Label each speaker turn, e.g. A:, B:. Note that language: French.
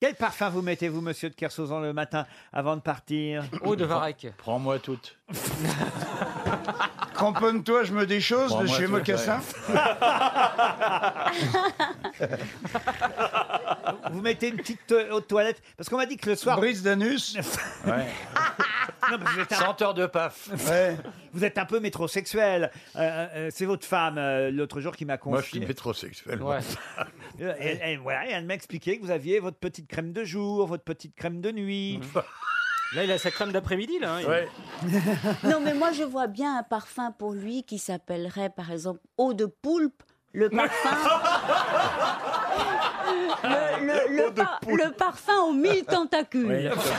A: Quel parfum vous mettez-vous, monsieur de Kersauzon, le matin avant de partir
B: Eau de varech.
C: Prends-moi toute.
D: Cramponne-toi, je me déchose
C: Bon,
D: de
C: moi,
D: chez
C: tu vois,
D: Mocassin.
A: Vous mettez une petite euh, eau de toilette Parce qu'on m'a dit que le soir.
D: Brice Danus.
C: Ouais.
A: Non, parce que vous, êtes un,
C: Senteur de paf.
D: Ouais.
A: vous êtes un peu métrosexuel. Euh, euh, c'est votre femme, euh, l'autre jour, qui m'a
C: Moi, je suis
A: confié.
C: métrosexuel.
B: Ouais.
A: Euh, elle, elle- voilà, et elle m'a expliqué que vous aviez votre petite crème de jour, votre petite crème de nuit.
B: Là, il a sa crème d'après-midi, là. hein. Il-
C: Ouais.
E: Non, mais moi, je vois bien un parfum pour lui qui s'appellerait, par exemple, eau de poulpe. Le parfum. le, le- le par- le parfum aux mille tentacules.
C: Oui.